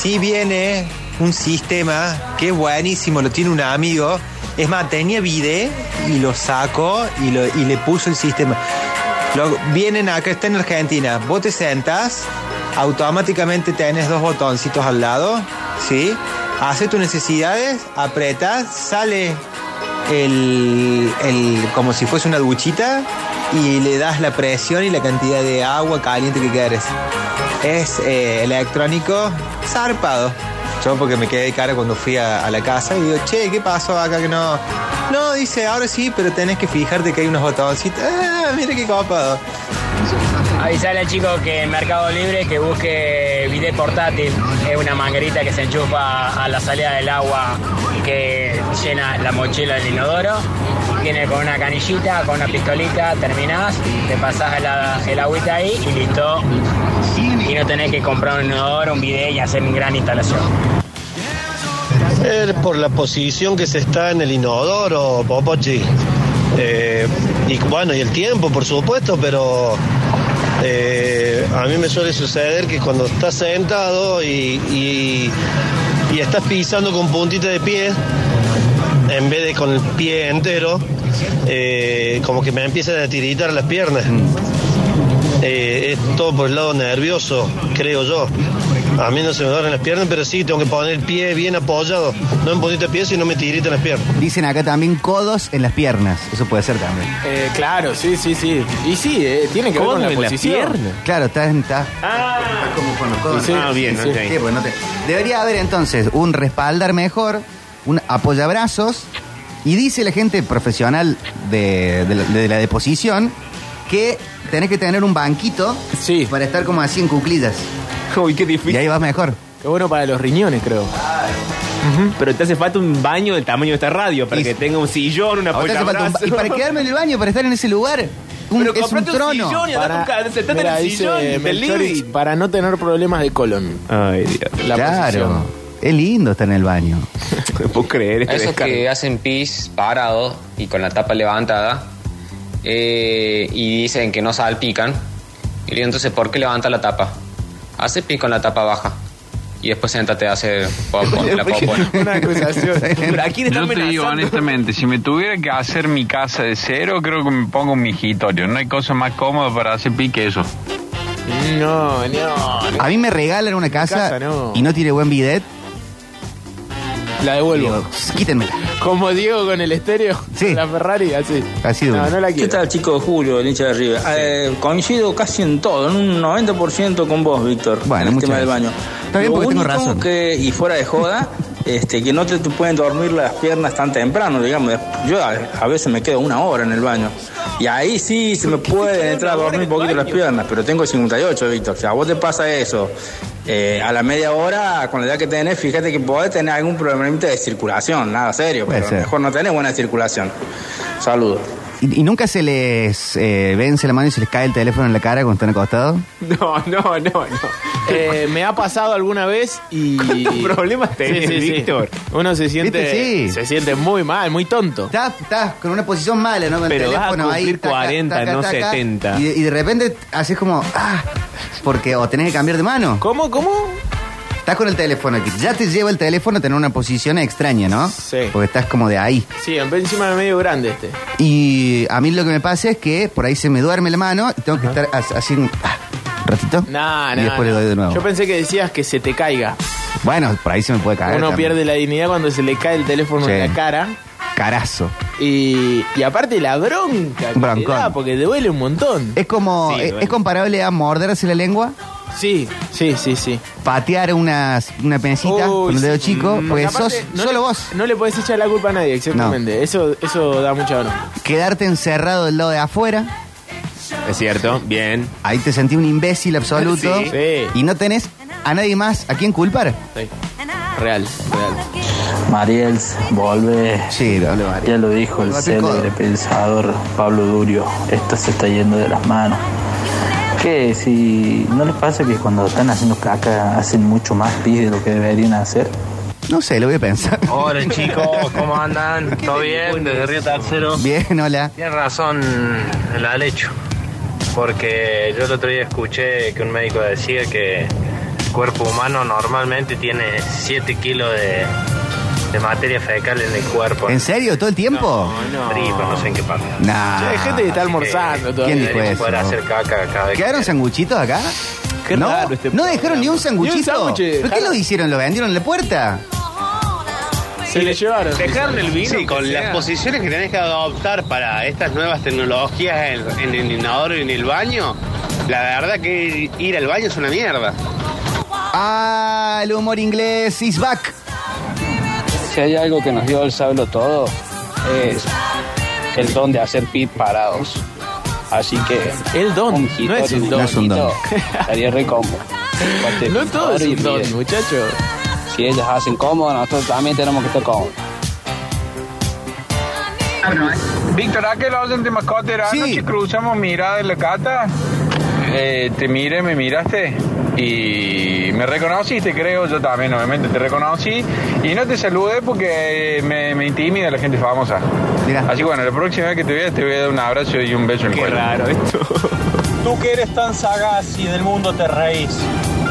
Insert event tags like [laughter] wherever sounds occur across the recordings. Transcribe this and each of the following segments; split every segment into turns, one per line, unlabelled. sí viene un sistema que es buenísimo, lo tiene un amigo. Es más, tenía vide y lo sacó y, lo- y le puso el sistema. Lo- vienen acá, está en Argentina. Vos te sentás, automáticamente tenés dos botoncitos al lado, ¿sí? Haces tus necesidades, apretás, sale el, el- como si fuese una duchita y le das la presión y la cantidad de agua caliente que quieres. Es eh, electrónico zarpado. Yo porque me quedé de cara cuando fui a, a la casa y digo, che, ¿qué pasó acá que no? No, dice, ahora sí, pero tenés que fijarte que hay unos botoncitos. Ah, mira qué copado.
Avisale al chico que en Mercado Libre que busque bidet portátil. Es una manguerita que se enchufa a la salida del agua que llena la mochila del inodoro. Viene con una canillita, con una pistolita, terminás, te pasás la- el agüita ahí y listo. Y no tenés que comprar un inodoro, un bidet y hacer una gran instalación.
Es por la posición que se está en el inodoro, Popochi. Eh, y bueno, y el tiempo, por supuesto, pero eh, a mí me suele suceder que cuando estás sentado y, y- y estás pisando con puntita de pie, en vez de con el pie entero, eh, como que me empiezan a tiritar las piernas. Eh, es todo por el lado nervioso, creo yo. A mí no se me duelen las piernas, pero sí, tengo que poner el pie bien apoyado. No en puntito de pie, sino me tiritan las piernas.
Dicen acá también codos en las piernas. Eso puede ser también.
Eh, claro, sí, sí, sí. Y sí, eh, tiene que ver
¿Cómo
con la
en la
posición.
pierna?
Claro, está, está como con los codos.
Sí,
¿no?
ah, bien,
sí, sí.
ok.
Sí, pues no te- Debería haber entonces un respaldar mejor, un apoyabrazos, y dice la gente profesional de, de la, de la deposición que tenés que tener un banquito
Sí.
para estar como así en cuclillas.
Uy, qué
Y
difícil.
ahí vas mejor.
Qué bueno para los riñones, creo.
Pero te hace falta un baño del tamaño de esta radio para
Y-
que tenga un sillón, una
Ahora te hace falta un ba-
apoyabrazo.
y para quedarme en el baño, para estar en ese lugar, un,
Pero
es un
comprate un
trono.
sillón y- Andá
Para,
con cada- sentate en el sillón del
Melchorix,
living.
para no tener problemas de colon.
Ay, Dios.
La
claro.
posición.
Es lindo estar en el baño.
No puedo creer este
A esos
descaro.
que hacen pis parado y con la tapa levantada eh, y dicen que no salpican. Y le digo, entonces, ¿por qué levanta la tapa? Hace pis con la tapa baja. Y después siéntate a hacer popo, la popo.
Una acusación. Pero ¿A quién está
Yo te digo
amenazando?
honestamente, si me tuviera que hacer mi casa de cero, creo que me pongo un mijitorio. No hay cosa más cómoda para hacer pique eso.
No, no.
A mí me regalan una casa,
Casa, no.
y no tiene buen bidet.
La devuelvo.
Digo, quítenmela.
Como Diego con el estéreo,
Sí.
la Ferrari, así.
Así de
no,
una.
no la
¿Qué
quiero.
tal, chicos? Julio, el hincha de arriba. coincido casi en todo, en un 90% con vos, Víctor.
Bueno,
en el
muchas
tema del
gracias.
baño.
Está bien
Lo
porque tengo
único
razón.
que- y fuera de joda,
[laughs]
este, que no te, te pueden dormir las piernas tan temprano, digamos. Yo a, a veces me quedo una hora en el baño. Y ahí sí se me pueden entrar a dormir un poquito las piernas, pero tengo 58, Víctor. O sea, a vos te pasa eso. Eh, a la media hora, con la edad que tenés, fíjate que podés tener algún problemita de circulación, nada serio,
Puede
pero a lo
ser.
mejor no tenés buena circulación. Saludos.
¿Y, y nunca se les eh, vence la mano y se les cae el teléfono en la cara cuando están acostados?
No, no, no, no.
[laughs]
Eh, me ha pasado alguna vez y.
¿Cuántos problemas tenés, Víctor?
Uno se siente,
¿Viste? Sí.
se siente muy mal, muy tonto.
Estás estás con una posición mala, ¿no? Con el
Pero vas a
teléfono ahí,
cumplir 40, no 70.
Y, de- y de repente haces como, ah, porque o tenés que cambiar de mano.
¿Cómo, cómo?
Estás con el teléfono, que ya te lleva el teléfono a tener una posición extraña, ¿no?
Sí.
Porque estás como de ahí.
Sí, en vez encima de medio grande este.
Y a mí lo que me pasa es que por ahí se me duerme la mano y tengo que estar as- así un ah, un ratito.
Nah,
y
nah,
después le
nah.
doy de nuevo.
Yo pensé que decías que se te caiga.
Bueno, por ahí se me puede caer.
Uno
también.
pierde la dignidad cuando se le cae el teléfono
Sí.
en la cara.
Carazo.
Y, y aparte la bronca. que
Broncón.
te da, porque te duele un montón.
Es como,
Sí,
es-
duele.
es comparable a morderse la lengua.
Sí, sí, sí, sí.
patear unas, una pencita
Uy,
con el dedo
sí.
chico,
Mm,
porque
aparte,
Pues sos
no
solo
le-
vos.
No le podés echar la culpa a nadie, exactamente. Eso, eso da mucha bronca.
Quedarte encerrado del lado de afuera,
Es cierto, bien.
ahí te sentí un imbécil absoluto
Sí.
Sí.
y no tenés a nadie más a quien culpar.
Sí. Real, real.
Mariels, volve.
Sí, doble
Ya lo dijo el
Bate el codo.
célebre pensador Pablo Durio. Esto se está yendo de las manos. Que si no les pasa que cuando están haciendo caca hacen mucho más pis de lo que deberían hacer.
No sé, lo voy a pensar.
Oh.
Hola chicos, ¿cómo andan? ¿Todo bien? Desde Río Tercero.
[laughs] Bien, hola.
Tienes razón la lecho, porque yo el otro día escuché que un médico decía que cuerpo humano normalmente tiene 7 kilos de, de materia fecal en el cuerpo.
¿En serio? ¿Todo el tiempo?
No, no sé en qué parte.
Nah.
Hay gente que está almorzando todavía.
¿Quién
pues,
dijo eso?
Poder hacer caca cada vez que
¿Quedaron sanguchitos acá? no,
raro este
no dejaron ni un sanguchito. ¿Pero
sándwich,
qué
dejaron.
lo hicieron? ¿Lo vendieron en la puerta?
Se le llevaron.
Dejaron el vino.
Sí, con las posiciones que tenés que adoptar para estas nuevas tecnologías en, en el inodoro y en el baño, la verdad que ir al baño es una mierda.
Ah, el humor inglés is back.
Si hay algo que nos dio el sablo todo, es el don de hacer pit parados. Así que.
El don, no es un don. [laughs]
Estaría re cómodo.
No todo es un don, muchacho.
Si ellas hacen cómodo, nosotros también tenemos que estar cómodos.
Víctor, aquel oyente mascote era anoche cruzamos mirada de la cata. Eh, te miré, me miraste y me reconociste, creo. Yo también, obviamente, te reconocí. Y no te saludé porque me, me intimida la gente famosa. Así que bueno, la próxima vez que te vea, te voy a dar un abrazo y un beso en el cuello. raro esto.
Tú que eres tan sagaz y del mundo te reís,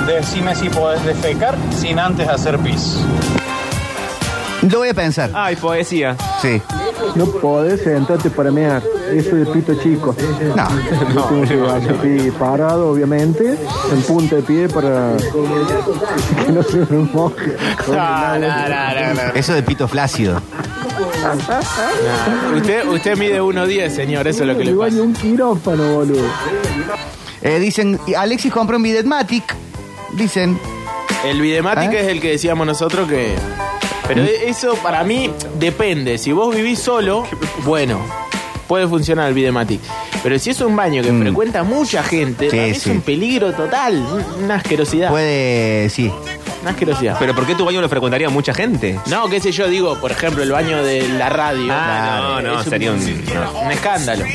decime si podés defecar sin antes hacer pis.
Lo voy a pensar.
Ay, poesía.
Sí.
No podés sentarte para mear. Eso es pito chico. No. Yo tengo que hacer pis parado, obviamente, en punta de pie para que no se me moje.
Ah,
Eso de pito flácido.
Nah, Usted, usted mide 1.10, señor, eso es lo que le pasa.
un quirófano, boludo.
Eh, dicen, y Alexis compró un Videtmatic. Dicen.
El videmático
¿Ah?
¿Eh?
es el que decíamos nosotros que.
¿Mm?
Pero e- eso para mí depende. Si vos vivís solo, bueno, puede funcionar el videmático. Pero si es un baño
Mm.
que frecuenta mucha gente,
Sí,
para mí es
sí.
un peligro total, un- una asquerosidad.
Puede, sí.
Una asquerosidad.
¿Pero por qué tu baño lo frecuentaría mucha gente?
No, qué sé yo, digo, por ejemplo, el baño de la radio.
Ah, no, no,
Es
sería un...
un escándalo.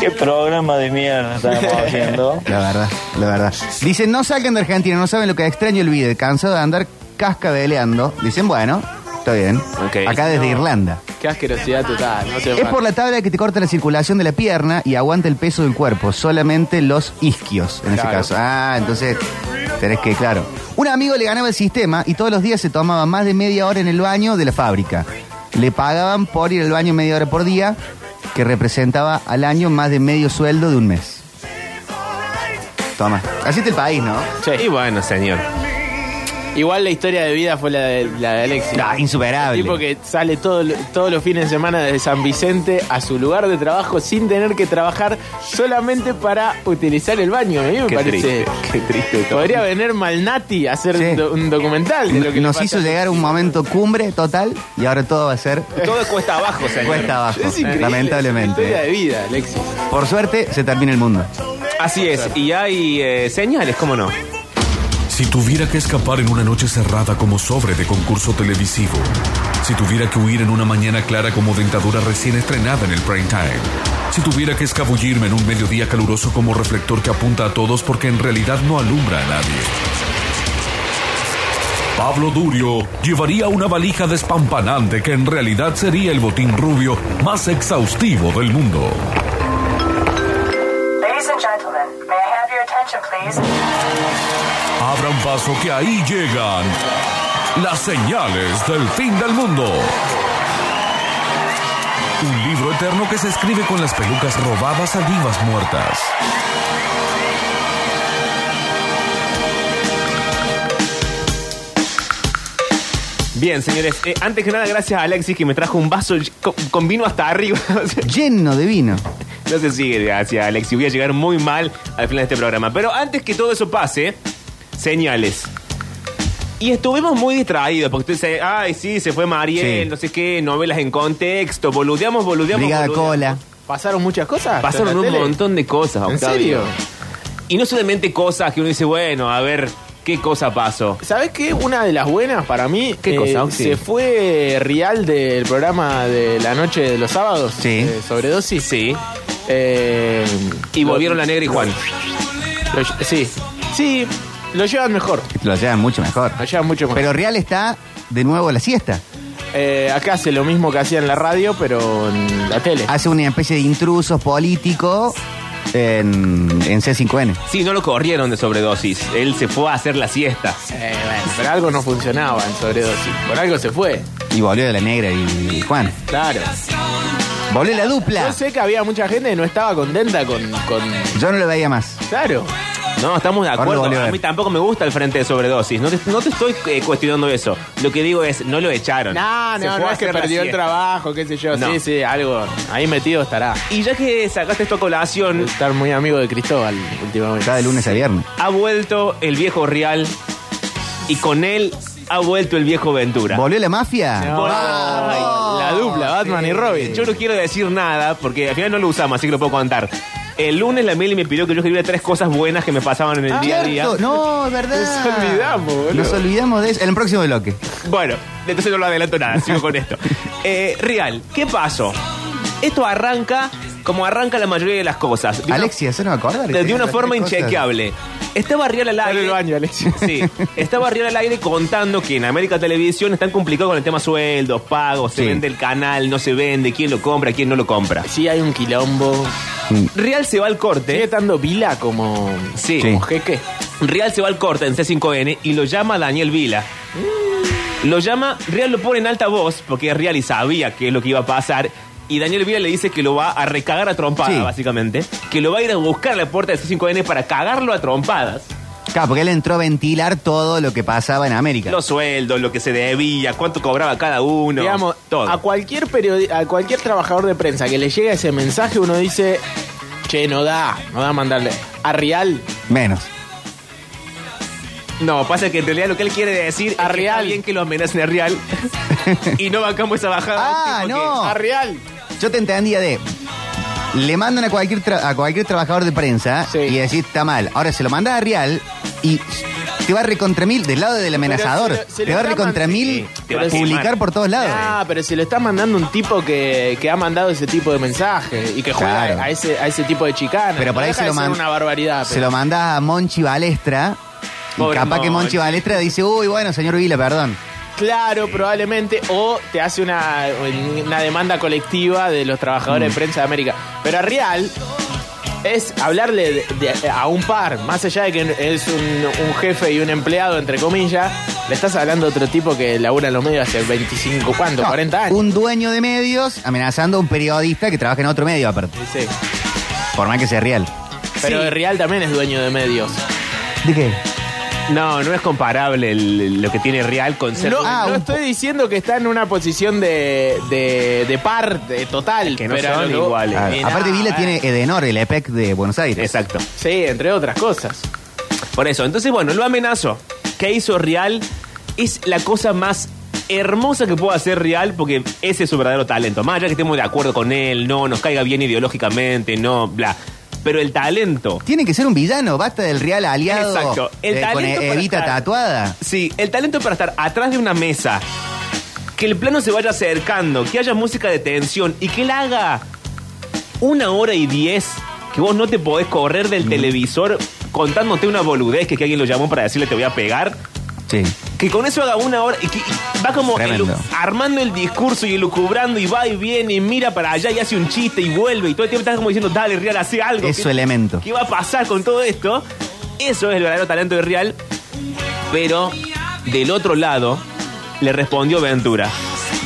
Qué programa de mierda estamos haciendo.
La verdad, la verdad. Dicen, no salgan de Argentina, no saben lo que extraño el Videt. Cansado de andar cascabeleando. Dicen, bueno, está bien. Acá desde
No.
Irlanda.
Qué asquerosidad total. No se
Es por la tabla que te corta la circulación de la pierna y aguanta el peso del cuerpo, solamente los isquios en ese
Claro.
caso. Ah, entonces tenés que, claro. Un amigo le ganaba el sistema y todos los días se tomaba más de media hora en el baño de la fábrica. Le pagaban por ir al baño media hora por día, que representaba al año más de medio sueldo de un mes. Toma. Así está el país, ¿no?
Y bueno, señor.
Igual la historia de vida fue la de, la de Alexis.
Ah, insuperable.
El tipo que sale todo- todos los fines de semana desde San Vicente a su lugar de trabajo sin tener que trabajar solamente para utilizar el baño. A mí me
Qué
parece.
triste, qué triste. todo.
Podría venir Malnati a hacer
Sí.
un, do- un documental de lo que le
Nos
pasa.
hizo llegar un momento cumbre total y ahora todo va a ser
Todo cuesta abajo, señor.
cuesta abajo,
Es increíble,
lamentablemente.
es una historia de
vida, Alexis.
Por suerte, se termina el mundo.
Así es, y hay eh, señales, ¿cómo no?
Si tuviera que escapar en una noche cerrada como sobre de concurso televisivo. Si tuviera que huir en una mañana clara como dentadura recién estrenada en el prime time. Si tuviera que escabullirme en un mediodía caluroso como reflector que apunta a todos porque en realidad no alumbra a nadie. Pablo Durio llevaría una valija despampanante que en realidad sería el botín rubio más exhaustivo del mundo.
Ladies and gentlemen, may I have your attention, please?
Abra un paso que ahí llegan las señales del fin del mundo. Un libro eterno que se escribe con las pelucas robadas a divas muertas.
Bien, señores, eh, antes que nada, gracias a Alexis que me trajo un vaso ll- con, con vino hasta arriba. [laughs]
Lleno de vino.
No sé si gracias, Alexis. Voy a llegar muy mal al final de este programa. Pero antes que todo eso pase, señales. Y estuvimos muy distraídos, porque usted dice, ay, sí, se fue Mariel,
Sí.
no sé qué, novelas en contexto, boludeamos, boludeamos.
Brigada
boludeamos.
Cola.
¿Pasaron muchas cosas?
Pasaron
¿En la
un
tele?
montón de cosas,
¿En
Octavio.
serio?
Y no solamente cosas que uno dice, bueno, a ver, ¿qué cosa pasó?
¿Sabes qué? Una de las buenas para mí. eh,
¿Qué cosa, Oxy?
Se fue Rial del programa de la noche de los sábados. Sí. sobredosis. Eh,
Sí.
y
volvieron La Negra y Juan.
sí. Sí, lo llevan mejor.
Lo llevan mucho mejor.
Lo llevan mucho mejor.
Pero Real está de nuevo a la siesta.
Eh, acá hace lo mismo que hacía en la radio, pero en la tele.
Hace una especie de intrusos político en, en C5N.
Sí, no lo corrieron de sobredosis. Él se fue a hacer la siesta.
Eh, bueno, pero algo no funcionaba en sobredosis. Por algo se fue.
Y volvió de la negra y, y Juan.
Claro.
Volvió la dupla.
Yo sé que había mucha gente que no estaba contenta con. con-
Yo no lo veía más.
Claro.
No, estamos de
Ahora
acuerdo.
lo volvió a
A
ver.
mí tampoco me gusta el frente de sobredosis. No te, no te estoy eh, cuestionando eso. Lo que digo es, no lo echaron.
No,
Se
no,
fue
no
a
es que
hacer la
perdió el
siesta.
trabajo, qué sé yo.
No.
Sí, sí, algo. Ahí metido estará.
Y ya que sacaste esto a colación,
Estar muy amigo de Cristóbal últimamente.
Está de lunes a viernes.
ha vuelto el viejo Real y con él ha vuelto el viejo Ventura.
¿Volvió la mafia?
Ay, la dupla, Batman y Robin. Yo no quiero decir nada porque al final no lo usamos, así que lo puedo contar. El lunes la Meli me pidió que yo escribiera tres cosas buenas que me pasaban en el día a día.
Cierto, No, es verdad.
Nos olvidamos, boludo.
Nos olvidamos de eso. En el próximo bloque.
Bueno, entonces no lo adelanto nada, sigo con esto. Eh, Real, ¿qué pasó? Esto arranca como arranca la mayoría de las cosas. De una-
Alexia, eso no me acordar.
de, de una
Esas
forma
tres cosas.
inchequeable. Estaba Real al aire.
el baño, Alexia.
Sí,
[laughs]
estaba Real al aire contando que en América Televisión están complicados con el tema sueldos, pagos, se
Sí.
vende el canal, no se vende, quién lo compra, quién no lo compra.
Sí, hay un quilombo.
Mm.
Real se va al
Sigue
corte.
estando Vila como,
Sí.
como jeque.
Real se va al corte en C5N y lo llama Daniel Vila. Lo llama, Real lo pone en alta voz porque Real y sabía que es lo que iba a pasar. Y Daniel Vila le dice que lo va a recagar a trompadas,
Sí.
básicamente. Que lo va a ir a buscar a la puerta de C5N para cagarlo a trompadas.
Claro, porque él entró a ventilar todo lo que pasaba en América.
Los sueldos, lo que se debía, cuánto cobraba cada uno.
Digamos,
todo.
a cualquier periodi- a cualquier trabajador de prensa que le llega ese mensaje, uno dice, che, no da, no da mandarle. A Real,
Menos.
No, pasa que en realidad lo que él quiere
A
decir es que está
Real.
bien que lo amenacen
[laughs]
a Real. y no bancamos esa bajada.
Ah,
tipo que-
no.
a Real.
Yo te entendía de. Le mandan a cualquier, tra- a cualquier trabajador de prensa
Sí.
y decís, está mal. Ahora se lo mandas a Real y te va recontra mil del lado del amenazador.
se lo- se lo
te va
está
recontra
man-
mil
sí,
te va a
publicar
quemar.
por todos lados.
Ah, pero se lo está mandando un tipo que, que ha mandado ese tipo de mensaje y que juega
Claro.
a, ese, a ese tipo de chicana.
Pero por ahí
deja
se
de
lo
ser
man-
una barbaridad.
se
pero-
lo mandas a Monchi Balestra. y
Pobre
capaz que Monchi
Monchi.
Balestra dice, uy, bueno, señor Vila, perdón.
Claro, probablemente. O te hace una, una demanda colectiva de los trabajadores de prensa de América. Pero a Real es hablarle de- de- a un par, más allá de que es un, un jefe y un empleado, entre comillas, le estás hablando a otro tipo que labura en los medios hace 25, ¿cuánto?
No,
40 años.
Un dueño de medios amenazando a un periodista que trabaja en otro medio aparte.
Sí.
Por más que sea Real.
Pero
Sí.
Real también es dueño de medios.
¿De qué?
No, no es comparable el- lo que tiene Real con ser.
No,
Ah,
no
un
estoy diciendo que está en una posición de, de, de par, de total.
que no
pero
son
lo que vos-
iguales.
Ah,
Eh,
Aparte
no,
Vila
eh.
tiene Edenor, el E EPEC de Buenos Aires.
Exacto.
Sí, entre otras cosas.
Por eso, entonces, bueno, lo amenazó. ¿Qué hizo Real? Es la cosa más hermosa que pueda hacer Real porque ese es su verdadero talento. Más allá que estemos de acuerdo con él, no nos caiga bien ideológicamente, no, bla. Pero el talento.
Tiene que ser un villano, basta del Real aliado.
Exacto. El
eh, con
talento para
Evita
estar-
tatuada.
Sí, el talento para estar atrás de una mesa, que el plano se vaya acercando, que haya música de tensión y que él haga una hora y diez que vos no te podés correr del televisor contándote una boludez que, que alguien lo llamó para decirle te voy a pegar.
Sí.
Que con eso haga una hora y que y va como
Tremendo.
elu- armando el discurso y elucubrando y va y viene y mira para allá y hace un chiste y vuelve y todo el tiempo estás como diciendo, dale, Real, hace algo.
Es
¿Qué-
su elemento.
¿Qué va a pasar con todo esto? Eso es el verdadero talento de Real. Pero del otro lado le respondió Ventura.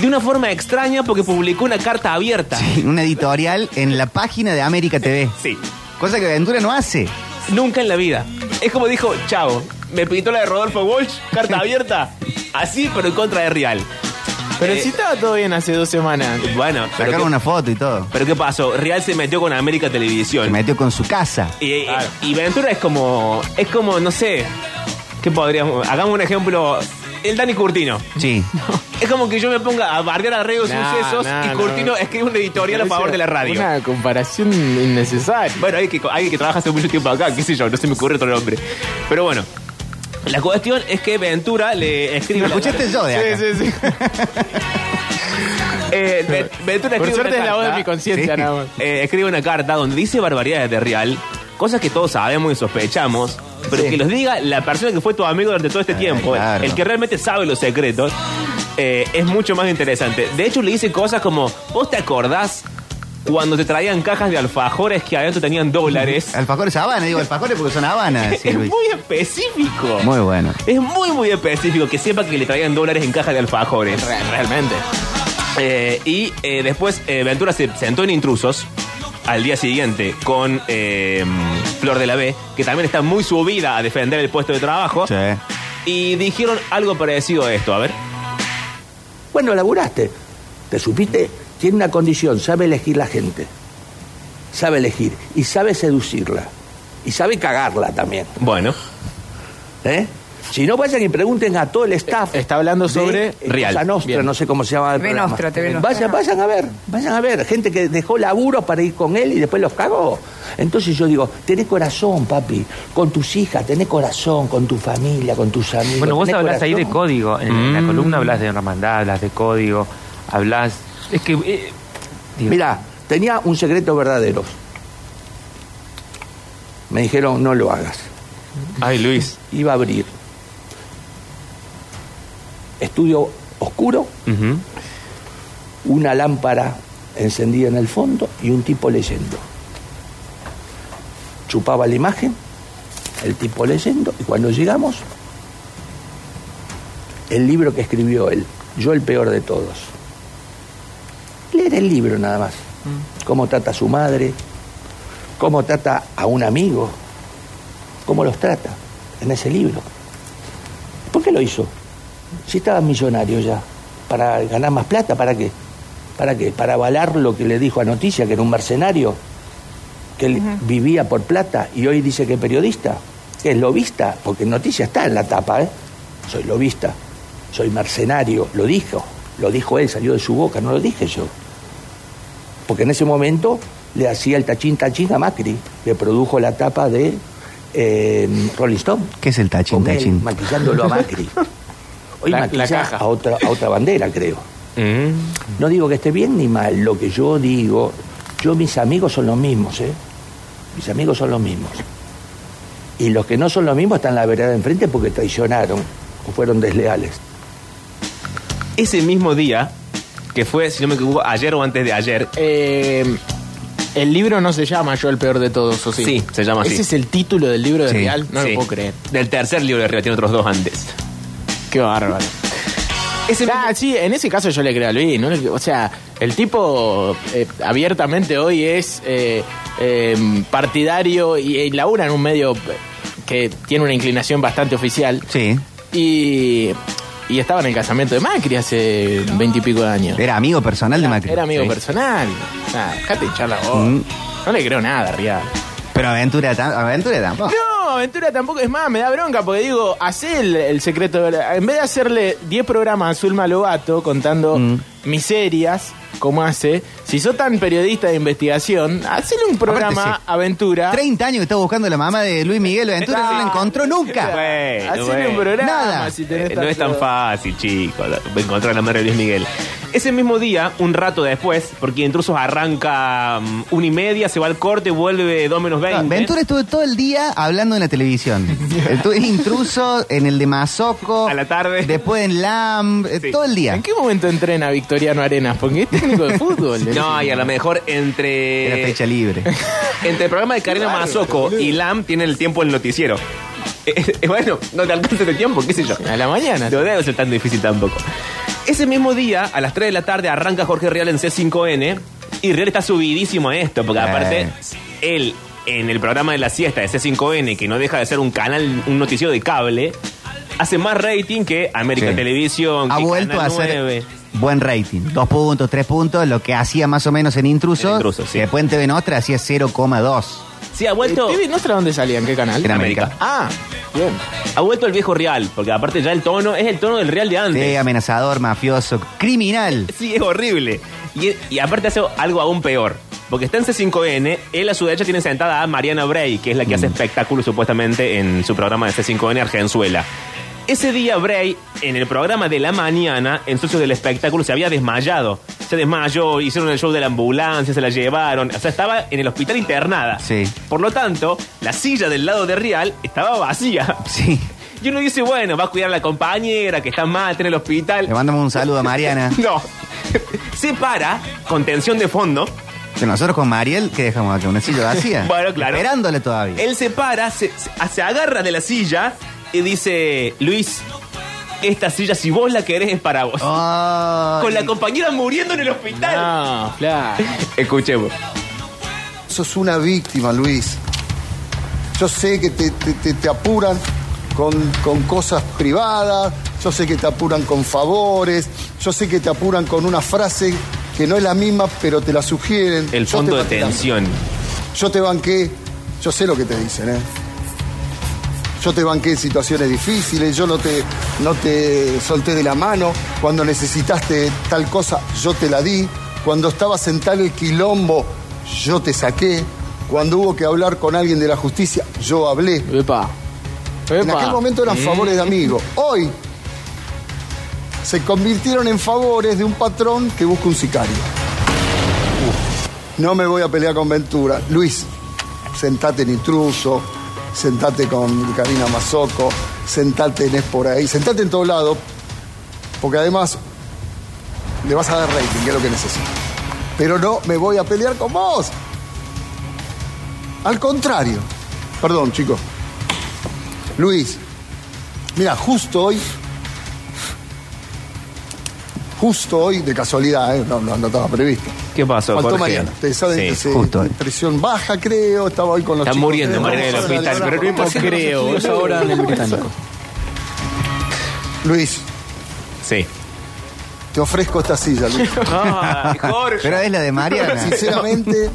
De una forma extraña porque publicó una carta abierta.
Sí, un editorial en la página de América TV.
Sí.
Cosa que Ventura no hace.
Nunca en la vida. Es como dijo, chavo, me pintó la de Rodolfo Walsh,
[laughs]
carta abierta. Así, pero en contra de Real.
Pero
Eh,
si estaba todo bien hace dos semanas.
Bueno, pero
Sacaron
¿qué,
una foto y todo.
pero ¿qué pasó? Real se metió con América
Se
Televisión.
metió con su casa.
Y, y Ventura es como. Es como, no sé. ¿Qué podríamos.? Hagamos un ejemplo. El Dani Curtino.
Sí.
[laughs] Es como que yo me ponga a bardear a Rego
Nah,
Sucesos
nah,
y Curtino
no.
escribe un editorial a favor de la radio.
Una comparación innecesaria.
Bueno, hay que, alguien que trabaja hace mucho tiempo acá, qué sé yo, no se me ocurre otro nombre. Pero bueno. La cuestión es que Ventura le escribe.
Lo escuchaste yo de acá.
Sí, sí, sí.
[laughs] Eh, Ve- Ventura
Por
escribe
suerte
una
es la voz de
carta.
mi conciencia
Sí.
nada más.
eh, escribe una carta donde dice barbaridades de Real, cosas que todos sabemos y sospechamos, pero
Sí.
que los diga la persona que fue tu amigo durante todo este
Ah,
tiempo,
claro.
el que realmente sabe los secretos, eh, es mucho más interesante. De hecho, le dice cosas como, ¿vos te acordás cuando te traían cajas de alfajores que adentro tenían dólares.
Alfajores Habana, digo alfajores porque son
[laughs]
Habanas. sí,
es
Luis.
muy específico.
Muy bueno.
Es muy, muy específico que sepa que le traían dólares en caja de alfajores. realmente. y eh, después eh, Ventura se sentó en intrusos al día siguiente con eh, Flor de la B, que también está muy subida a defender el puesto de trabajo. Y dijeron algo parecido a esto, a ver.
Bueno, laburaste. ¿Te supiste? Tiene una condición, sabe elegir la gente. Sabe elegir y sabe seducirla. Y sabe cagarla también.
Bueno.
¿Eh? Si no, vayan y pregunten a todo el staff. Está hablando
sobre Real.
eh, Cosa Nostra,
Bien.
no sé cómo se llama. el
Ve
programa.
Nostra, TV Nostra.
Vayan, vayan a ver, vayan a ver. Gente que dejó laburo para ir con él y después los cagó. Entonces yo digo, tenés corazón, papi. Con tus hijas, tenés corazón, con tu familia, con tus amigos.
Bueno, vos
tenés
hablas ahí de
corazón.
código. En, en la columna hablas de hermandad, hablas de código, hablas. Es que. eh, digo,
Mirá, tenía un secreto verdadero. Me dijeron, no lo hagas.
Ay, Luis.
Iba a abrir. Estudio oscuro, una lámpara encendida en el fondo y un tipo leyendo. Chupaba la imagen, el tipo leyendo, y cuando llegamos, el libro que escribió él, yo el peor de todos. Leer el libro nada más. Cómo trata a su madre, cómo trata a un amigo, cómo los trata en ese libro. ¿Por qué lo hizo? Si estaba millonario ya, para ganar más plata, ¿para qué? ¿Para qué? ¿Para avalar lo que le dijo a Noticia, que era un mercenario, que él vivía por plata y hoy dice que es periodista, que es lobista, porque Noticia está en la tapa, ¿eh? Soy lobista, soy mercenario, lo dijo, lo dijo él, salió de su boca, no lo dije yo. Porque en ese momento le hacía el tachín tachín a Macri, le produjo la tapa de eh, Rolling Stone.
¿Qué es el tachín,
Con él,
tachín?
maquillándolo
[laughs]
a Macri. Hoy
La-
maquilla
la caja. Mm.
A, otra, a otra bandera, creo. No digo que esté bien ni mal, lo que yo digo, yo mis amigos son los mismos, ¿eh? Mis amigos son los mismos. Y los que no son los mismos están en la vereda de enfrente porque traicionaron o fueron desleales.
Ese mismo día, que fue, si no me equivoco, ayer o antes de ayer.
Eh, el libro no se llama Yo el peor de todos, ¿o sí?
Sí, se llama así.
¿Ese es el título del libro de
Sí,
Real? No
sí.
lo puedo creer.
Del tercer libro de Real, tiene otros dos antes.
Qué bárbaro. Ah, sí, en ese caso yo le creo a Luis. ¿no? le- O sea, el tipo eh, abiertamente hoy es eh, eh, partidario y, y labura en un medio que tiene una inclinación bastante oficial.
Sí.
Y, y estaba en el casamiento de Macri hace veintipico de años.
Era amigo personal de Macri.
Era amigo
Sí.
personal. Nah, dejate hinchar la voz.
Mm.
No le creo nada, Real.
Pero Aventura, tam- Aventura tampoco.
[laughs] No, Ventura tampoco es más, me da bronca porque digo, hacé el, el secreto. de la- En vez de hacerle 10 programas a Zulma Lobato contando
Mm.
miserias, como hace, si sos tan periodista de investigación, hacele un programa
Aparte, sí.
Aventura.
30 años que está buscando la mamá de Luis Miguel Aventura, no la encontró nunca.
Bueno,
Hacele
bueno.
un programa
Nada.
si tenés
Eh, no es tan
tanto-
fácil, chicos, encontrar a la madre de Luis Miguel. Ese mismo día, un rato después, porque Intrusos arranca mm, una y media, se va al corte, vuelve dos menos veinte.
Ah, Ventura estuvo todo el día hablando en la televisión. Estuvo en intruso, en el de Mazoco. A la
tarde.
Después en LAM, eh, todo el día.
¿En qué momento entrena Victoriano Arenas? Porque es técnico de
[laughs]
fútbol.
No, y a lo mejor entre.
Era fecha libre.
[laughs] Entre el programa de Karina Mazoco y LAM tiene el tiempo el noticiero. [laughs] Eh, eh, bueno, no te alcanza el tiempo, qué sé yo.
A la mañana.
No debe ser tan difícil tampoco. Ese mismo día, a las 3 de la tarde, arranca Jorge Real en C5N. Y Real está subidísimo a esto, porque aparte,
Eh.
él, en el programa de la siesta de C5N, que no deja de ser un canal, un noticiero de cable, hace más rating que América
Sí.
Televisión.
Ha
que
vuelto
Canal
a hacer
9.
buen rating. Dos puntos, tres puntos, lo que hacía más o menos en intruso. Que después en TV Nostra hacía 0,2.
Sí, ha vuelto.
TV Nostra dónde salía? ¿En qué canal?
En América.
Ah, bien.
Ha vuelto el viejo Real, porque aparte ya el tono es el tono del Real de antes.
Sí, amenazador, mafioso, criminal.
[laughs] Sí, es horrible. Y, y aparte hace algo aún peor. Porque está en C5N, él a su derecha tiene sentada a Mariana Bray, que es la que hace
Mm.
espectáculos supuestamente en su programa de C5N Argenzuela. Ese día Bray, en el programa de la mañana, en Socios del Espectáculo, se había desmayado. Se desmayó, hicieron el show de la ambulancia, se la llevaron. O sea, estaba en el hospital internada.
Sí.
Por lo tanto, la silla del lado de Real estaba vacía.
Sí.
Y uno dice, bueno, va a cuidar a la compañera que está mal, está en el hospital. [laughs]
Le mandamos un saludo a Mariana.
No. Se para, con tensión de fondo,
Que nosotros con Mariel, que dejamos acá? ¿Una silla vacía?
Bueno, claro. Eh,
Esperándole todavía.
Él se para, se, se agarra de la silla y dice, Luis, esta silla si vos la querés es para vos.
Oh,
Con la compañera muriendo en el hospital.
No, claro.
Escuchemos.
Sos una víctima, Luis. Yo sé que te, te- te- te apuran con, con cosas privadas, yo sé que te apuran con favores, yo sé que te apuran con una frase que no es la misma, pero te la sugieren.
El
Yo te
fondo de
banqué la-
tensión.
Yo te banqué, yo sé lo que te dicen, ¿eh? Yo te banqué en situaciones difíciles, yo no te, no te solté de la mano. Cuando necesitaste tal cosa, yo te la di. Cuando estabas en tal quilombo, yo te saqué. Cuando hubo que hablar con alguien de la justicia, yo hablé. En aquel momento eran
Mm.
favores de amigos. Hoy se convirtieron en favores de un patrón que busca un sicario. No me voy a pelear con Ventura. Luis, sentate en intruso, sentate con Karina Mazoco, sentate en Es por ahí, sentate en todos lados, porque además le vas a dar rating, que es lo que necesito. Pero no me voy a pelear con vos. Al contrario. Perdón, chicos. Luis, mira, justo hoy, justo hoy, de casualidad, ¿eh? no, no- no estaba previsto.
¿Qué pasó,
Faltó
Jorge?
Mariana. Ustedes saben
Sí,
que se-
justo.
presión baja, creo. Estaba hoy con los
Está
chicos.
muriendo Mariana en el hospital, pero no importa. Creo, es ahora en el británico.
Luis.
Sí.
Te ofrezco esta silla,
[laughs]
Luis.
Ay, Jorge.
Pero es la de Mariana.
Sinceramente.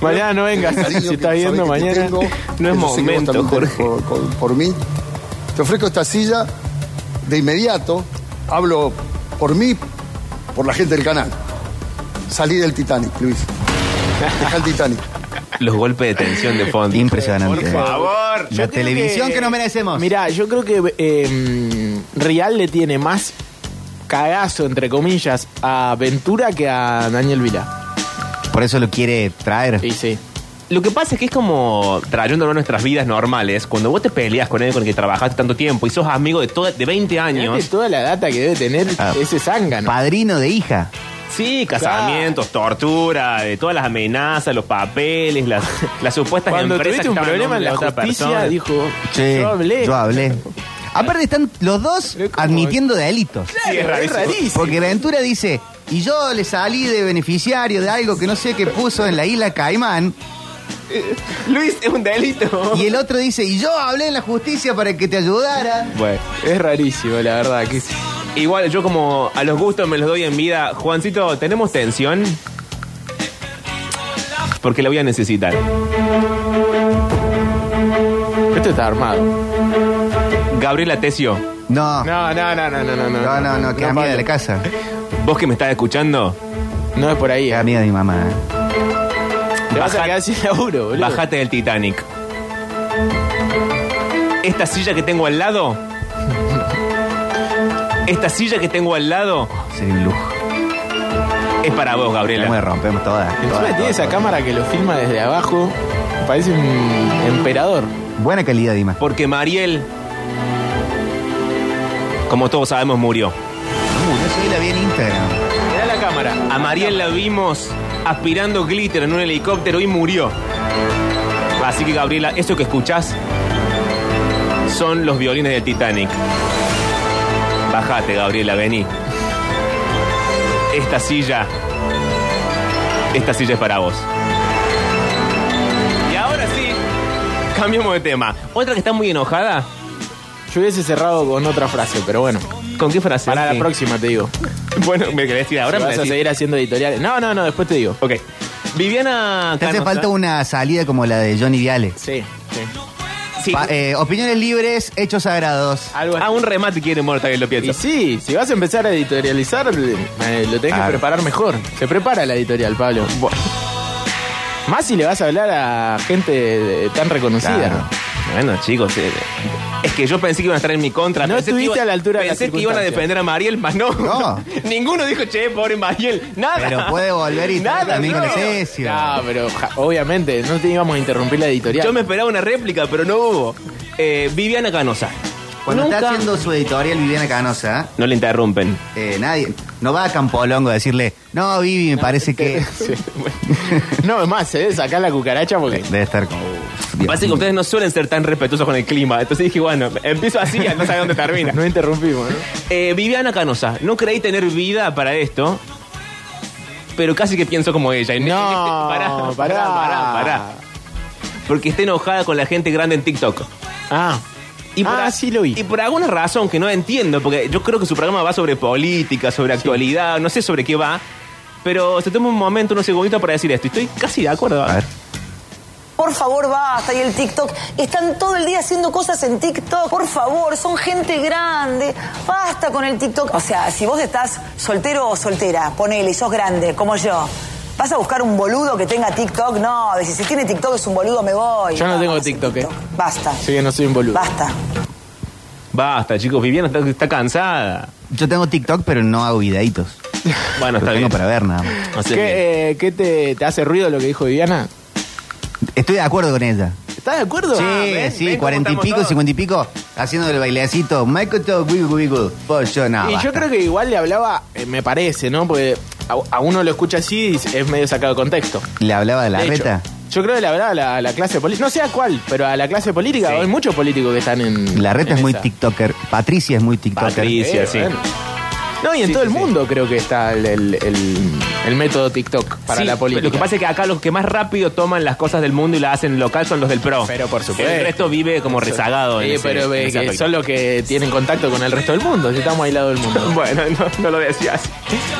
Mañana [laughs] no vengas.
el cariño
Si estás
que sabés
viendo,
que te
mañana.
tengo, que
No es
yo sé que vos
momento,
también tenés
Jorge.
Por, por- por mí. Te ofrezco esta silla de inmediato. Hablo por mí, por la gente del canal. Salí del Titanic, Luis. Deja el Titanic.
Los golpes de tensión de fondo.
Impresionante. Por favor.
Yo creo
merecemos.
Mirá, yo creo que eh, Real le tiene más cagazo, entre comillas, a Ventura que a Daniel Vila.
Por eso lo quiere traer.
Sí, sí.
Lo que pasa es que es como trayéndolo a nuestras vidas normales. Cuando vos te peleas con él con el que trabajaste tanto tiempo y sos amigo de, toda- de 20
Fíjate
años.
toda la data que debe tener ese zángano.
Padrino de hija.
Sí, casamientos, tortura, de todas las amenazas, los papeles, las, las supuestas
Cuando
empresas.
tuviste un
que estaban
problema en
nombre de
la
otra
justicia,
persona.
dijo,
Sí,
yo hablé.
Yo hablé. Aparte están los dos admitiendo delitos.
Claro, es rarísimo. rarísimo.
Porque Ventura dice, y yo le salí de beneficiario de algo que no sé qué puso en la isla Caimán.
Luis, es un delito.
Y el otro dice, y yo hablé en la justicia para que te ayudara.
Bueno,
es rarísimo, la verdad. Que
Igual yo como a los gustos me los doy en vida. Juancito, ¿tenemos tensión? Porque la voy a necesitar.
Esto está armado.
Gabriela Tesio,
No.
No, no, no, no, no, no.
No, no, no, que es amiga de la casa.
vos que me estás escuchando,
No es por ahí.
Es amiga de mi mamá. eh.
Te vas a quedar sin laburo, boludo.
bajate del Titanic. Esta silla que tengo al lado. Esta silla que tengo al lado
Sería un lujo.
es para vos,
Cómo le
Gabriela.
rompemos todas.
Encima tiene esa cámara que lo filma desde abajo. Parece un emperador.
Buena calidad, Dima.
Porque Mariel, como todos sabemos, murió.
Uh, yo seguí la vi en Instagram.
Mirá la cámara.
A Mariel la vimos aspirando glitter en un helicóptero y murió. Así que Gabriela, eso que escuchás son los violines del Titanic. Bajate, Gabriela, vení. Esta silla. Esta silla es para vos. Y ahora sí, cambiamos de tema. Otra que está muy enojada.
Yo hubiese cerrado con otra frase, pero bueno.
¿Con qué frase?
Para
Sí.
la próxima te digo.
[laughs] Bueno, me querés decir ahora.
Si
me
vas a
decís.
seguir haciendo editoriales. No, no, no, después te digo.
Ok. Viviana.
Te hace
Canosa.
falta una salida como la de Johnny Viale.
Sí, sí.
Pa- eh, opiniones libres, hechos sagrados.
Algo
Ah, un remate quiere muerta que lo pienso.
Y sí, si vas a empezar a editorializar, eh, lo tenés que preparar mejor. Se prepara la editorial, Pablo. Más si le vas a hablar a gente eh, tan reconocida.
Claro. Bueno, chicos, eh, es que yo pensé que iban a estar en mi contra.
No
Pensé que
estuviste
iba-
a la altura de la
Pensé que iban a
circunstancia.
defender a Mariel, más no.
No.
[laughs] Ninguno dijo, che, pobre Mariel. Nada.
Pero puede volver y estar
Nada,
también con
no.
el Tesio.
No, pero ja, obviamente no te íbamos a interrumpir la editorial.
Yo me esperaba una réplica, pero no hubo. Eh, Viviana Canosa.
Cuando está
Nunca.
haciendo su editorial Viviana Canosa,
No
[laughs]
le interrumpen.
eh, nadie, no va a Campolongo a decirle, no, Vivi, me parece [laughs] que...
No, es más, se debe sacar la cucaracha porque.
Debe estar como.
Parece que ustedes no suelen ser tan respetuosos con el clima. Entonces dije, bueno, empiezo así y no sé dónde termina.
[laughs] no interrumpimos, ¿no?
Eh, Viviana Canosa, no creí tener vida para esto, pero casi que pienso como ella. En-
No,
[laughs] pará, pará, pará, pará. Porque está enojada con la gente grande en TikTok.
Ah.
Y por, sí lo vi. Y por alguna razón que no entiendo, porque yo creo que su programa va sobre política, sobre actualidad, no sé sobre qué va, pero se toma un momento, unos segunditos para decir esto. Y estoy casi de acuerdo. A ver.
Por favor, basta. Y el TikTok. Están todo el día haciendo cosas en TikTok. Por favor, son gente grande. Basta con el TikTok. O sea, si vos estás soltero o soltera, ponele, y sos grande, como yo. ¿Vas a buscar un boludo que tenga TikTok? No, decís, si tiene TikTok es un boludo, me voy.
Yo no tengo TikTok, ¿eh?
Basta.
Sí, no soy un boludo.
Basta.
Basta, chicos, Viviana está, está cansada.
Yo tengo TikTok, pero no hago videitos.
Bueno,
está bien. Ah, para ver nada más.
¿Qué, eh, qué te, te hace ruido lo que dijo Viviana?
Estoy de acuerdo con ella.
¿Estás de acuerdo?
Sí,
Ah, ven,
sí,
ven cómo
cuarenta y
estamos
pico,
todos.
cincuenta y pico, haciendo el bailecito. Michael Talk, wiggle, wiggle. Pues yo nada.
y yo creo que igual le hablaba, eh, me parece, ¿no? Porque a, a uno lo escucha así y es medio sacado de contexto.
Le hablaba de la
De hecho,
reta.
Yo creo que le hablaba a la, a la clase política, no sé a cuál, pero a la clase política. Hay muchos políticos que están en.
La reta
en
es muy
esa.
TikToker. Patricia es muy TikToker.
Eh, bueno. No, y en todo el mundo creo que está el, el- el- el método TikTok para
Sí,
la política.
Lo que pasa es que acá los que más rápido toman las cosas del mundo y las hacen local son los del PRO. Pero por
supuesto.
El resto vive como rezagado.
Sí,
en ese-
pero
en
eh,
ese
que
aspecto.
son los que tienen contacto con el resto del mundo. Si estamos aislados del mundo.
[laughs] bueno, no, no lo decías.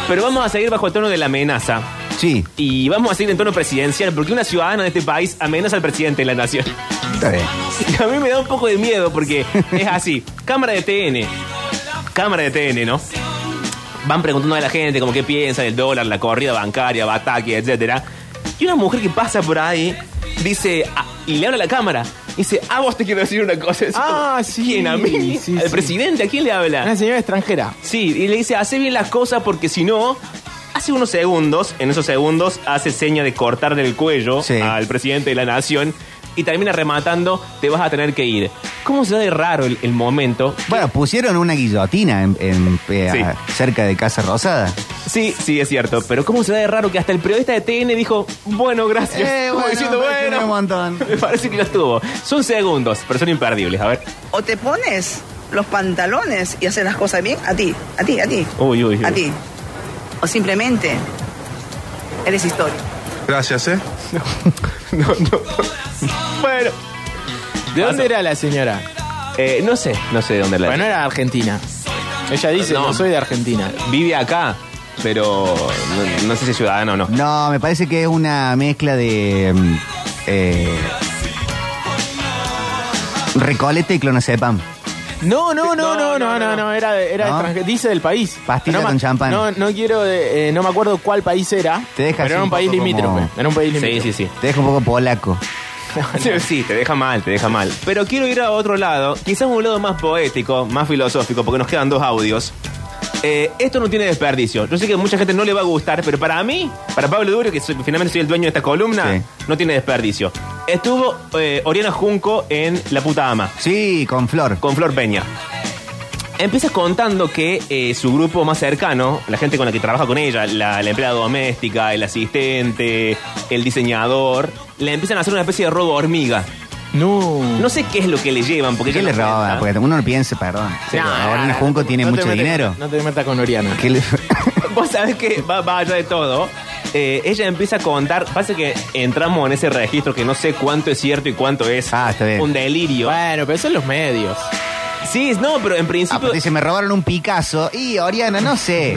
Pero vamos a seguir bajo el tono de la amenaza.
Sí.
Y vamos a seguir en tono presidencial, porque una ciudadana de este país amenaza al presidente de la nación. [laughs]
Está bien.
Y a mí me da un poco de miedo porque es así. Cámara de TN. Cámara de TN, ¿no? Van preguntando a la gente como qué piensa del dólar, la corrida bancaria, Bataki, etcétera. Y una mujer que pasa por ahí dice, ah, y le habla a la cámara, dice, a vos te quiero decir una cosa. Es
Ah,
como,
sí,
¿Quién? ¿A mí?
sí,
¿Al
sí.
presidente? ¿A quién le habla?
Una señora extranjera.
Sí, y le dice, hace bien las cosas porque si no, hace unos segundos, en esos segundos, hace seña de cortar del cuello al presidente de la nación y termina rematando, te vas a tener que ir. ¿Cómo se da de raro el, el momento?
Bueno, pusieron una guillotina en, en- eh,
Sí.
cerca de Casa Rosada.
Sí, sí, es cierto, pero ¿cómo se da de raro que hasta el periodista de TN dijo, bueno, gracias?
Eh,
Como
bueno,
diciendo,
me parece
bueno,
un montón.
[laughs] me parece que lo estuvo. Son segundos, pero son imperdibles, a ver.
o te pones los pantalones y haces las cosas bien a ti, a ti, a ti,
Uy, uy, uy.
a ti. O simplemente eres historia.
Gracias, ¿eh? No, no, Bueno.
¿De dónde era la señora?
Eh, no sé, no sé de dónde la
Bueno, era argentina. Ella dice, no, soy de Argentina.
Vive acá, pero no, no sé si es ciudadana o no.
No, me parece que es una mezcla de. mm, eh, Recoleta y clonazepam.
No, no, no, no, no, no, no, era, de- era
¿No?
extranjera. Dice del país.
Pastilla
No ma-
con champán.
No, no quiero, de- eh, no me acuerdo cuál país era.
Te deja
Pero
así
era un,
un
país
poco
limítrofe.
como-
Era un país
Sí,
limítrofe.
sí, sí.
Te deja un poco polaco.
[laughs] Sí, sí, te deja mal, te deja mal. Pero quiero ir a otro lado, quizás un lado más poético, más filosófico, porque nos quedan dos audios. Eh, esto no tiene desperdicio. Yo sé que a mucha gente no le va a gustar, pero para mí, para Pablo Duro, que soy- finalmente soy el dueño de esta columna, no tiene desperdicio. Estuvo eh, Oriana Junco en La Puta Ama.
Sí, con Flor.
Con Flor Peña. Empieza contando que eh, su grupo más cercano, la gente con la que trabaja con ella, la, la empleada doméstica, el asistente, el diseñador, le empiezan a hacer una especie de robo hormiga.
No.
No sé qué es lo que le llevan, porque
¿Por qué
ella
le
no
roba?
cuenta.
Porque uno no piensa, perdón.
No, no,
Ahora
no,
Junco tiene
No te
mucho
metas-
dinero.
No te metas con Oriana.
¿Qué le-
[laughs] Vos sabés que va, va allá de todo. Eh, ella empieza a contar, pasa que entramos en ese registro que no sé cuánto es cierto y cuánto es un delirio.
Ah, Bueno, pero eso en los medios. Ah,
Sí, no, pero en principio...
Dice, me robaron un Picasso. Y Oriana, no sé.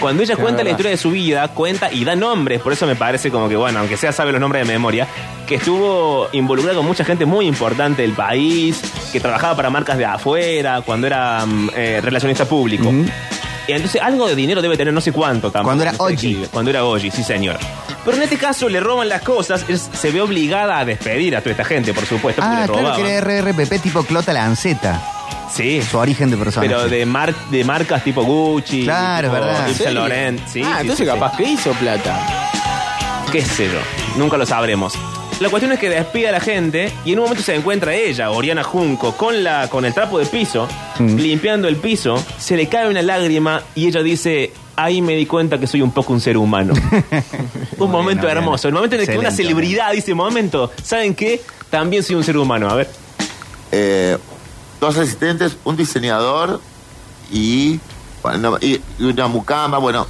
Cuando ella
Es
cuenta la
verdad.
historia de su vida, cuenta y da nombres, por eso me parece como que, bueno, aunque sea sabe los nombres de memoria, que estuvo involucrada con mucha gente muy importante del país, que trabajaba para marcas de afuera, cuando era mm, eh, relacionista público. Y entonces algo de dinero debe tener, no sé cuánto tampoco.
Cuando era
no sé qué, Cuando era Oji, sí señor. Pero en este caso le roban las cosas, es- se ve obligada a despedir a toda esta gente, por supuesto, porque
Ah,
le
claro
robaban.
que era RRPP tipo Clota Lanceta.
Sí.
Su origen de persona.
Pero de, mar- de marcas tipo Gucci.
Claro,
tipo
es verdad.
Yves
¿En
Saint
serio?
Laurent. Sí,
Ah,
sí,
entonces
sí, sí.
capaz que hizo plata.
Qué sé yo. Nunca lo sabremos. La cuestión es que despide a la gente y en un momento se encuentra ella, Oriana Junco, con, la, con el trapo de piso, limpiando el piso, se le cae una lágrima y ella dice, ahí me di cuenta que soy un poco un ser humano. un momento
Oriana.
hermoso, el momento en el que una
Excelente,
celebridad dice, momento, ¿saben qué? También soy un ser humano, a ver.
eh, dos asistentes, un diseñador y, bueno, y y una mucama, bueno.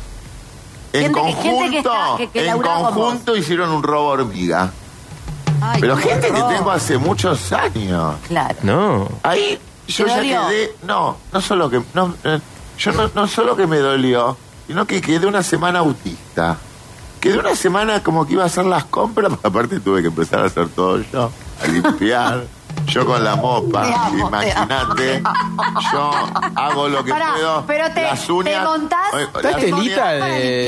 En
Gente que- gente
conjunto,
que está- que- que
en
labura con
conjunto hicieron un robo hormiga.
Ay,
Pero
qué
gente que
horror.
tengo hace muchos años.
Claro.
No.
Ahí yo
¿Te
ya
dolió?
quedé. No, no solo que. No, eh, yo no, no solo que me dolió, sino que quedé una semana autista. Quedé una semana como que iba a hacer las compras, pero aparte tuve que empezar a hacer todo yo, a limpiar. Yo con la
Te
mopa,
amo, te amo.
imagínate. Yo hago lo que
Pará,
puedo.
pero te-
las uñas,
te montás-
Oye,
Está
las
estelita
uñas-
de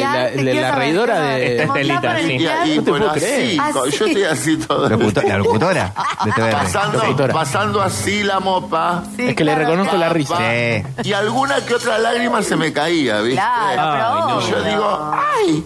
la- Te de la quiero saber, reidora quiero de- saber. Te montás para limpiar.
Y, y
No te
bueno,
puedo creer.
así, co- yo
Así.
estoy así todo. el
Locuto- la locutora de TVR.
Pasando,
Locutora.
pasando así la mopa.
Es que le claro, reconozco claro. la risa. Sí.
Y alguna que otra lágrima se me caía, ¿viste?
Ah, Claro, pero
y yo
obvio.
digo, ¡ay!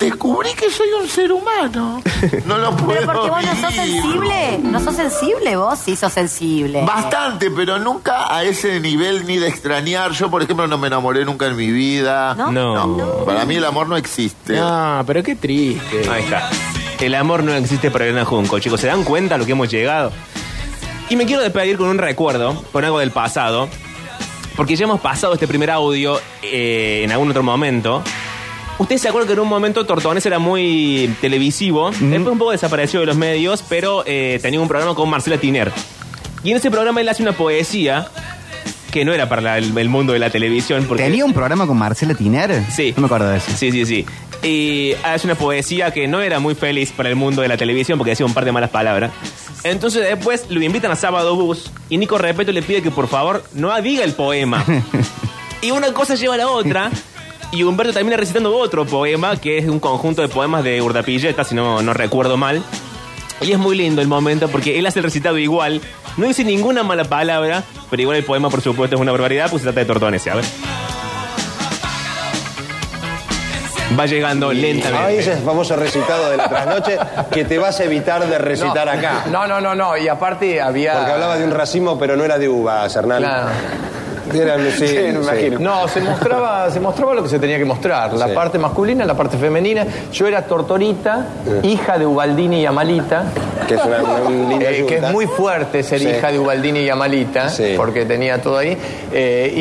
Descubrí que soy un ser
[laughs]
humano. No lo puedo
Pero porque vos no sos
vivir.
sensible. No sos sensible vos, sí sos sensible.
Bastante, pero nunca a ese nivel ni de extrañar. Yo, por ejemplo, no me enamoré nunca en mi vida.
¿No?
Para mí el amor no existe.
No, pero qué triste. Ahí está. El amor no existe para Elena Junco, chicos. ¿Se dan cuenta a lo que hemos llegado? Y me quiero despedir con un recuerdo, con algo del pasado. Porque ya hemos pasado este primer audio eh, en algún otro momento. Ustedes se acuerdan que en un momento Tortones era muy televisivo. Después un poco desapareció de los medios, pero eh, tenía un programa con Marcela Tiner. Y en ese programa él hace una poesía que no era para la- el, el mundo de la televisión. Porque
¿Tenía un programa con Marcela Tiner? Sí. No me acuerdo de eso.
Sí, sí, sí. Y hace una poesía que no era muy feliz para el mundo de la televisión porque decía un par de malas palabras. Entonces después lo invitan a Sábado Bus y Nico Repeto le pide que por favor no diga el
[laughs]
poema. y una cosa lleva a la otra y Humberto termina recitando otro poema que es un conjunto de poemas de Urdapilleta, si no, no recuerdo mal. Y es muy lindo el momento porque él hace el recitado igual, no dice ninguna mala palabra, pero igual el poema por supuesto es una barbaridad porque se trata de tortones, ¿sabes? Va llegando lentamente.
Ahí es el famoso recitado de la trasnoche que te vas a evitar de recitar
No,
acá.
No, no, no, no. Y aparte había.
Porque hablaba de un racimo, pero no era de uvas, Hernán.
Claro.
Era, sí,
Sí, me
sí.
imagino. No, se mostraba, se mostraba lo que se tenía que mostrar, la
Sí.
parte masculina, la parte femenina. Yo era Tortorita, hija de Ubaldini y Amalita.
Que es una- una- un lindo
Eh, que es
yunta.
muy fuerte ser
Sí.
hija de Ubaldini y Amalita, porque tenía todo ahí. Eh,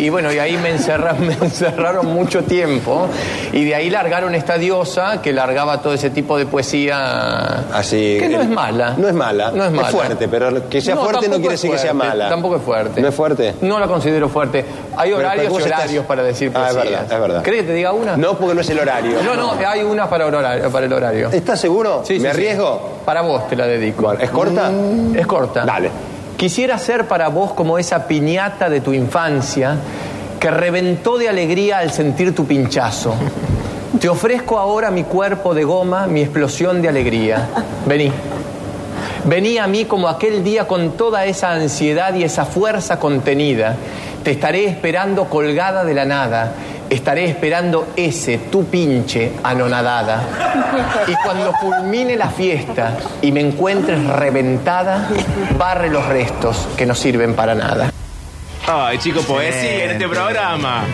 y, y bueno, y ahí me encerraron, me encerraron mucho tiempo. Y de ahí largaron esta diosa que largaba todo ese tipo de poesía.
Así.
Que no es mala.
Eh, No es mala.
No es mala.
fuerte, pero que sea
No,
fuerte no
tampoco
quiere
es
decir que sea
fuerte,
mala.
Tampoco es fuerte.
¿No es fuerte?
No la considero fuerte. Hay
Pero, pero
horarios y
vos estás-
horarios para decir
Ah,
poesía.
es verdad, es verdad.
¿Crees que te diga una?
No, porque no es el horario.
No, no, hay una para el horario. Para el horario.
¿Estás seguro?
Sí, sí,
¿Me
sí.
arriesgo?
Para vos te la dedico. Mm.
¿Es corta?
Es corta. Dale. Quisiera ser para vos como esa piñata de tu infancia que reventó de alegría al sentir tu pinchazo. Te ofrezco ahora mi cuerpo de goma, mi explosión de alegría. Vení. Vení a mí como aquel día con toda esa ansiedad y esa fuerza contenida. Te estaré esperando colgada de la nada. Estaré esperando ese, tu pinche, anonadada. Y cuando culmine la fiesta y me encuentres reventada, barre los restos que no sirven para nada.
Ay, chicos, poesía en este programa.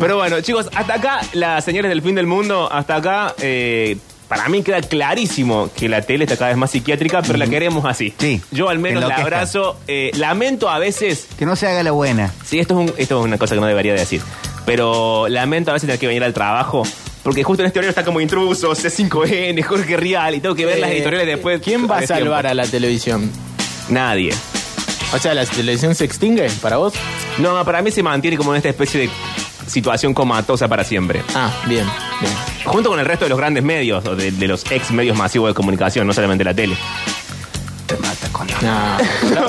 Pero bueno, chicos, hasta acá las señales del fin del mundo, hasta acá eh, para mí queda clarísimo que la tele está cada vez más psiquiátrica, pero la queremos así. Yo al menos la
Enloquezca.
abrazo, eh, lamento a veces...
Que no se haga la buena.
Sí, esto es, un- esto es una cosa que no debería decir, pero lamento a veces tener que venir al trabajo. Porque justo en este horario está como intruso, C5N, Jorge Rial, y tengo que ver las
Eh,
editoriales después.
¿Quién va a salvar a la televisión?
Nadie.
O sea, ¿la televisión se extingue para vos?
No, para mí se mantiene como en esta especie de situación comatosa para siempre.
啊
Ah, bien.
Junto con el resto de los grandes medios, o de, de los ex medios masivos de comunicación, no solamente la tele.
[laughs] bueno,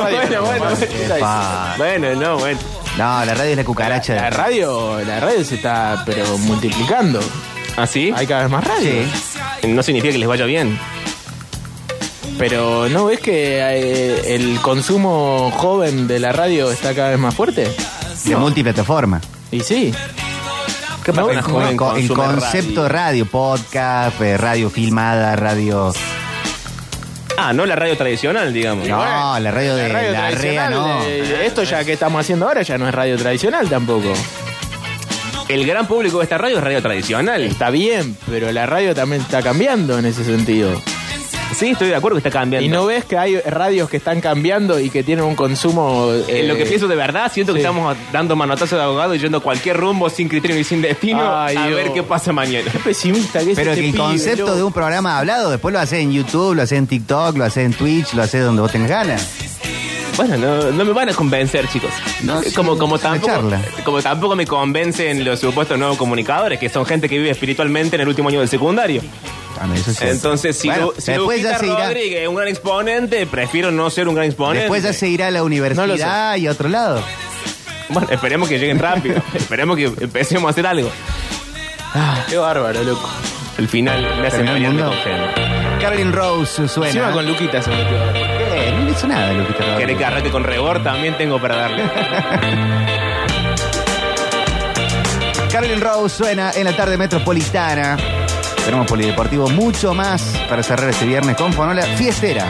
bueno,
bueno, no, bueno.
No, la radio es la cucaracha.
La radio, la radio se está pero multiplicando.
¿Ah, sí?
Hay cada vez más radio.
No significa que les vaya bien.
Pero ¿no ves que eh, el consumo joven de la radio está cada vez más fuerte?
De multiplataforma.
Y sí.
¿Qué
pasa
No, el co- el concepto radio. podcast, eh, radio filmada, radio.
Ah, no la radio tradicional, digamos.
No, la radio de
radio
la REA
tradicional,
no.
eh, esto ya que estamos haciendo ahora ya no es radio tradicional tampoco.
El gran público de esta radio es radio tradicional.
Está bien, pero la radio también está cambiando en ese sentido.
Sí, estoy de acuerdo que está cambiando.
¿Y no ves que hay radios que están cambiando y que tienen un consumo... eh,
En lo que pienso de verdad, siento que
sí.
estamos dando manotazo de abogado y yendo a cualquier rumbo sin criterio y sin destino
Ay,
a
Dios.
ver qué pasa mañana.
Qué pesimista que es
Pero
este
que el
pibe,
concepto
loco.
de un programa hablado después lo haces en YouTube, lo haces en TikTok, lo haces en Twitch, lo haces donde vos tengas ganas.
Bueno, no, no me van a convencer, chicos. Eh, como, como, tampoco,
charla.
como tampoco me convencen los supuestos nuevos comunicadores, que son gente que vive espiritualmente en el último año del secundario.
También, Ah, eso es cierto.
Entonces, si,
Bueno,
Lu- si
después ya
Lupita
se irá.
Rodríguez es un gran exponente, prefiero no ser un gran exponente.
Después ya se irá a la universidad y a otro lado.
Bueno, esperemos que
[laughs]
lleguen rápido. esperemos que empecemos a hacer algo. Ah,
Qué bárbaro, loco.
El final me hace
¿Terminó el
morir, me
mundo?
congela.
Carolyn Rose suena.
Encima con Luquita se metió.
Eh, no le hizo nada Luquita Rodríguez.
¿Querés que arranque con Rebor? También tengo para darle.
Carolyn Rose suena en la tarde metropolitana. Tenemos polideportivo mucho más para cerrar este viernes con Fonola Fiestera.